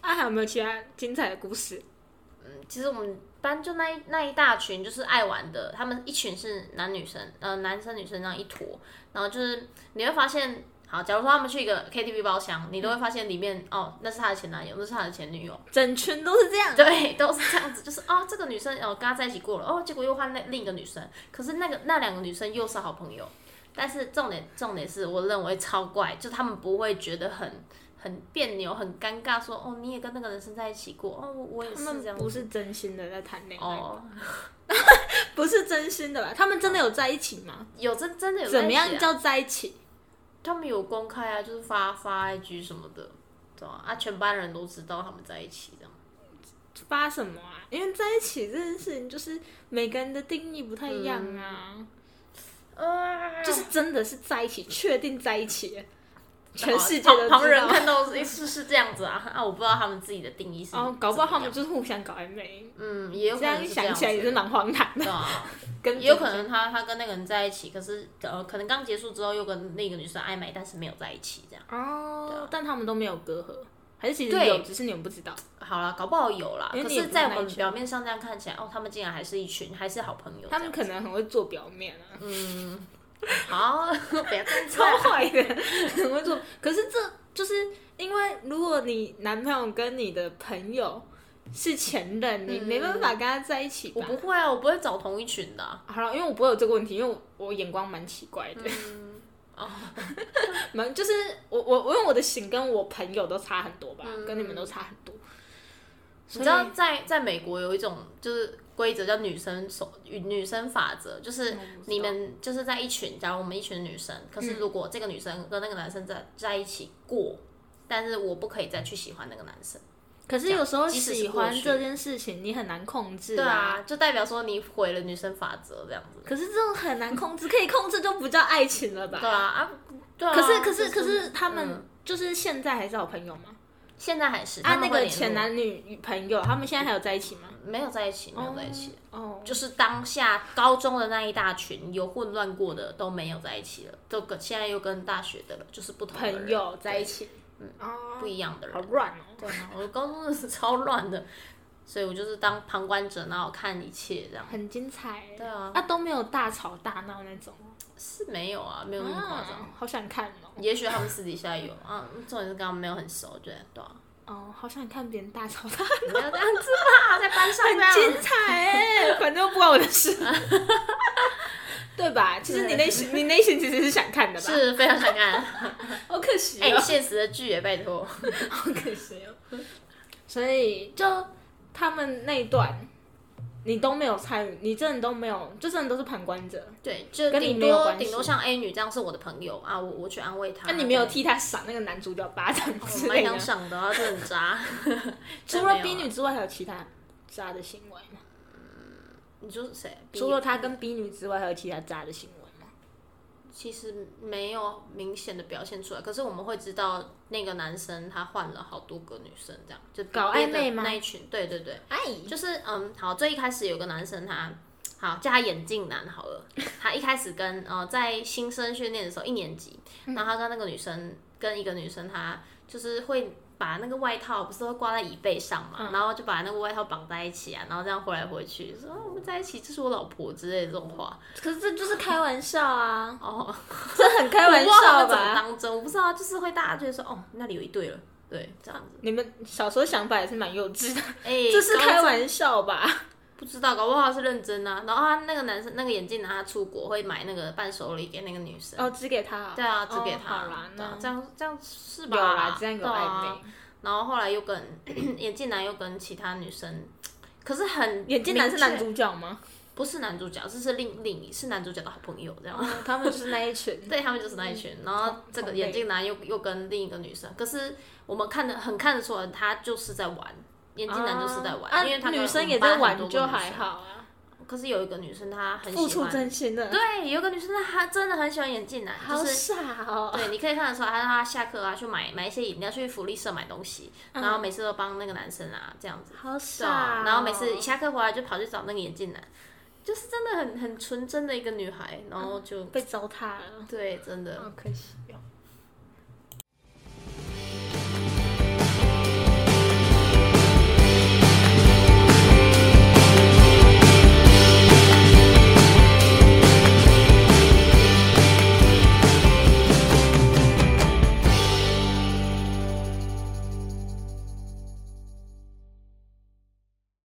啊有没有其他精彩的故事？嗯，其实我们班就那一那一大群就是爱玩的，他们一群是男女生，呃，男生女生那样一坨，然后就是你会发现，好，假如说他们去一个 KTV 包厢，你都会发现里面、哦，那是他的前男友，那是他的前女友，整群都是这样，对，都是这样子，就是哦，这个女生哦跟他在一起过了，哦，结果又换那另一个女生，可是那个那两个女生又是好朋友，但是重点重点是我认为超怪，就他们不会觉得很很别扭、很尴尬说哦你也跟那个男生在一起过，哦我我也他是这们样不子，是真心的在谈恋爱，哦，不是真心的吧？他们真的有在一起吗？有真真的有在怎么一起样啊叫在一起？他们有公开啊，就是发发 IG 什么的，对啊，啊全班人都知道他们在一起这样。发什么啊？因为在一起这件事情，就是每个人的定义不太一样啊。呃，就是真的是在一起，确定在一起，全世界都哦旁知旁人道。看到是是是这样子啊啊，我不知道他们自己的定义是怎么样。哦，搞不好他们就是互相搞暧昧，嗯，也有可这能样是一这想样起来也是子蛮荒唐的。对啊，跟也有可能他他跟那个人在一起，可是呃，可能刚结束之后又跟那个女生暧昧，但是没有在一起这样。哦，但他们都没有隔阂，还是其实啊对有，只是你们不知道。好啦，搞不好有啦，因为可你也是，不在是那我们一群表面上这样看起来，哦，他们竟然还是一群，还是好朋友这他样们子。可能很会做表面啊，好，不要这样子 超啊。坏的，很会做。可是这就是因为，如果你男朋友跟你的朋友是前任，你没办法跟他在一起嗯我吧？不会啊，我不会找同一群的啊、好了，因为我不会有这个问题，因为我我眼光蛮奇怪的。哦， 蛮就是我我我用我的型跟我朋友都差很多吧，跟你们都差很多。嗯你知道在在美国有一种就是规则叫女生守与女生法则，就是嗯我不知道你们就是在一群，假如我们一群女生，可是如果这个女生跟那个男生在在一起过，但是我不可以再去喜欢那个男生。可是有时候即使是喜欢过去这件事情，你很难控制对啊，就代表说你毁了女生法则这样子。可是这种很难控制，可以控制就不叫爱情了吧？对啊啊，对啊。可是可是就可是他们嗯就是现在还是好朋友吗？现在还是啊，他那们会个联络前男女朋友，他们现在还有在一起吗？没有在一起，没有在一起。哦，就是当下高中的那一大群有混乱过的都没有在一起了，都跟现在又跟大学的了，就是不同的人朋友在一起，对哦，不一样的好人。乱哦。对啊，我高中真的是超乱的，所以我就是当旁观者，然后看一切这样。很精彩欸，对啊，啊都没有大吵大闹那种，是没有啊，没有那么夸张。啊，好想看哦。也许他们私底下有啊，重点是跟他们没有很熟，对对啊，哦，好想看别人大吵 大你不要这样子吧，在班上这闹，样。精彩哎、反正又不关我的 事，对吧？其实你内心，你内心其实是想看的吧？是非常想看，好可惜哎、哦，现实的剧也拜 托，好可惜哦。所以就他们那一段，你都没有参与，你真的都没有，就真的都是旁观者。对，就跟你顶没有多关系顶多像 A 女这样是我的朋友啊，我我去安慰她。那、你没有对替他赏那个男主角巴掌之我蛮类想的？赏的啊，这很渣。 除了但没 B 有啊，女之外，还有其他渣的行为吗？你就是谁？除了他跟 B 女之外，还有其他渣的行为吗？其实没有明显的表现出来，可是我们会知道那个男生他换了好多个女生，这样就搞别暧的昧吗那一群，对对对，哎，就是嗯，好，最一开始有个男生他。好，叫他眼镜男好了。他一开始跟呃，在新生训练的时候，一年级，嗯然后他跟那个女生，跟一个女生，他就是会把那个外套不是会挂在椅背上嘛，嗯然后就把那个外套绑在一起啊，然后这样回来回去，说、啊我们在一起，这是我老婆之类的这种话。可是这就是开玩笑啊。 哦，这很开玩我笑不知道他们怎么吧？当真，我不知道，就是会大家觉得说，哦，那里有一对了，对，这 样子。你们小时候想法也是蛮幼稚的，哎、这是高开玩笑吧？不知道，搞不好他是认真啊。然后他那个男生，那个眼镜男，他出国会买那个伴手礼给那个女生。哦，只给他哦、对啊，只给哦他。好啦，对啊那这样这样是吧？有啦，这样有对暧啊昧。然后后来又跟 眼镜男又跟其他女生，可是很眼镜男是男明确，主角吗？不是男主角，这是另另是男主角的好朋友这样。哦他们就是那一群 对他们就是那一群，然后这个同类眼镜男又又跟另一个女生，可是我们看的很看得出来，他就是在玩，眼镜男就是在玩，啊因为他啊跟女生我们也班在很玩，多个就女还生。好啊，可是有一个女生她很付喜出欢，真心的，对，有一个女生她她真的很喜欢眼镜男，好就是。傻哦。对，你可以看得出来，她她下课啊去买买一些饮料，去福利社买东西，嗯然后每次都帮那个男生啊这样子。好对傻、哦啊，然后每次一下课回来就跑去找那个眼镜男，就是真的很很纯真的一个女孩，然后就、嗯被糟蹋了，对，真的。好可惜哦。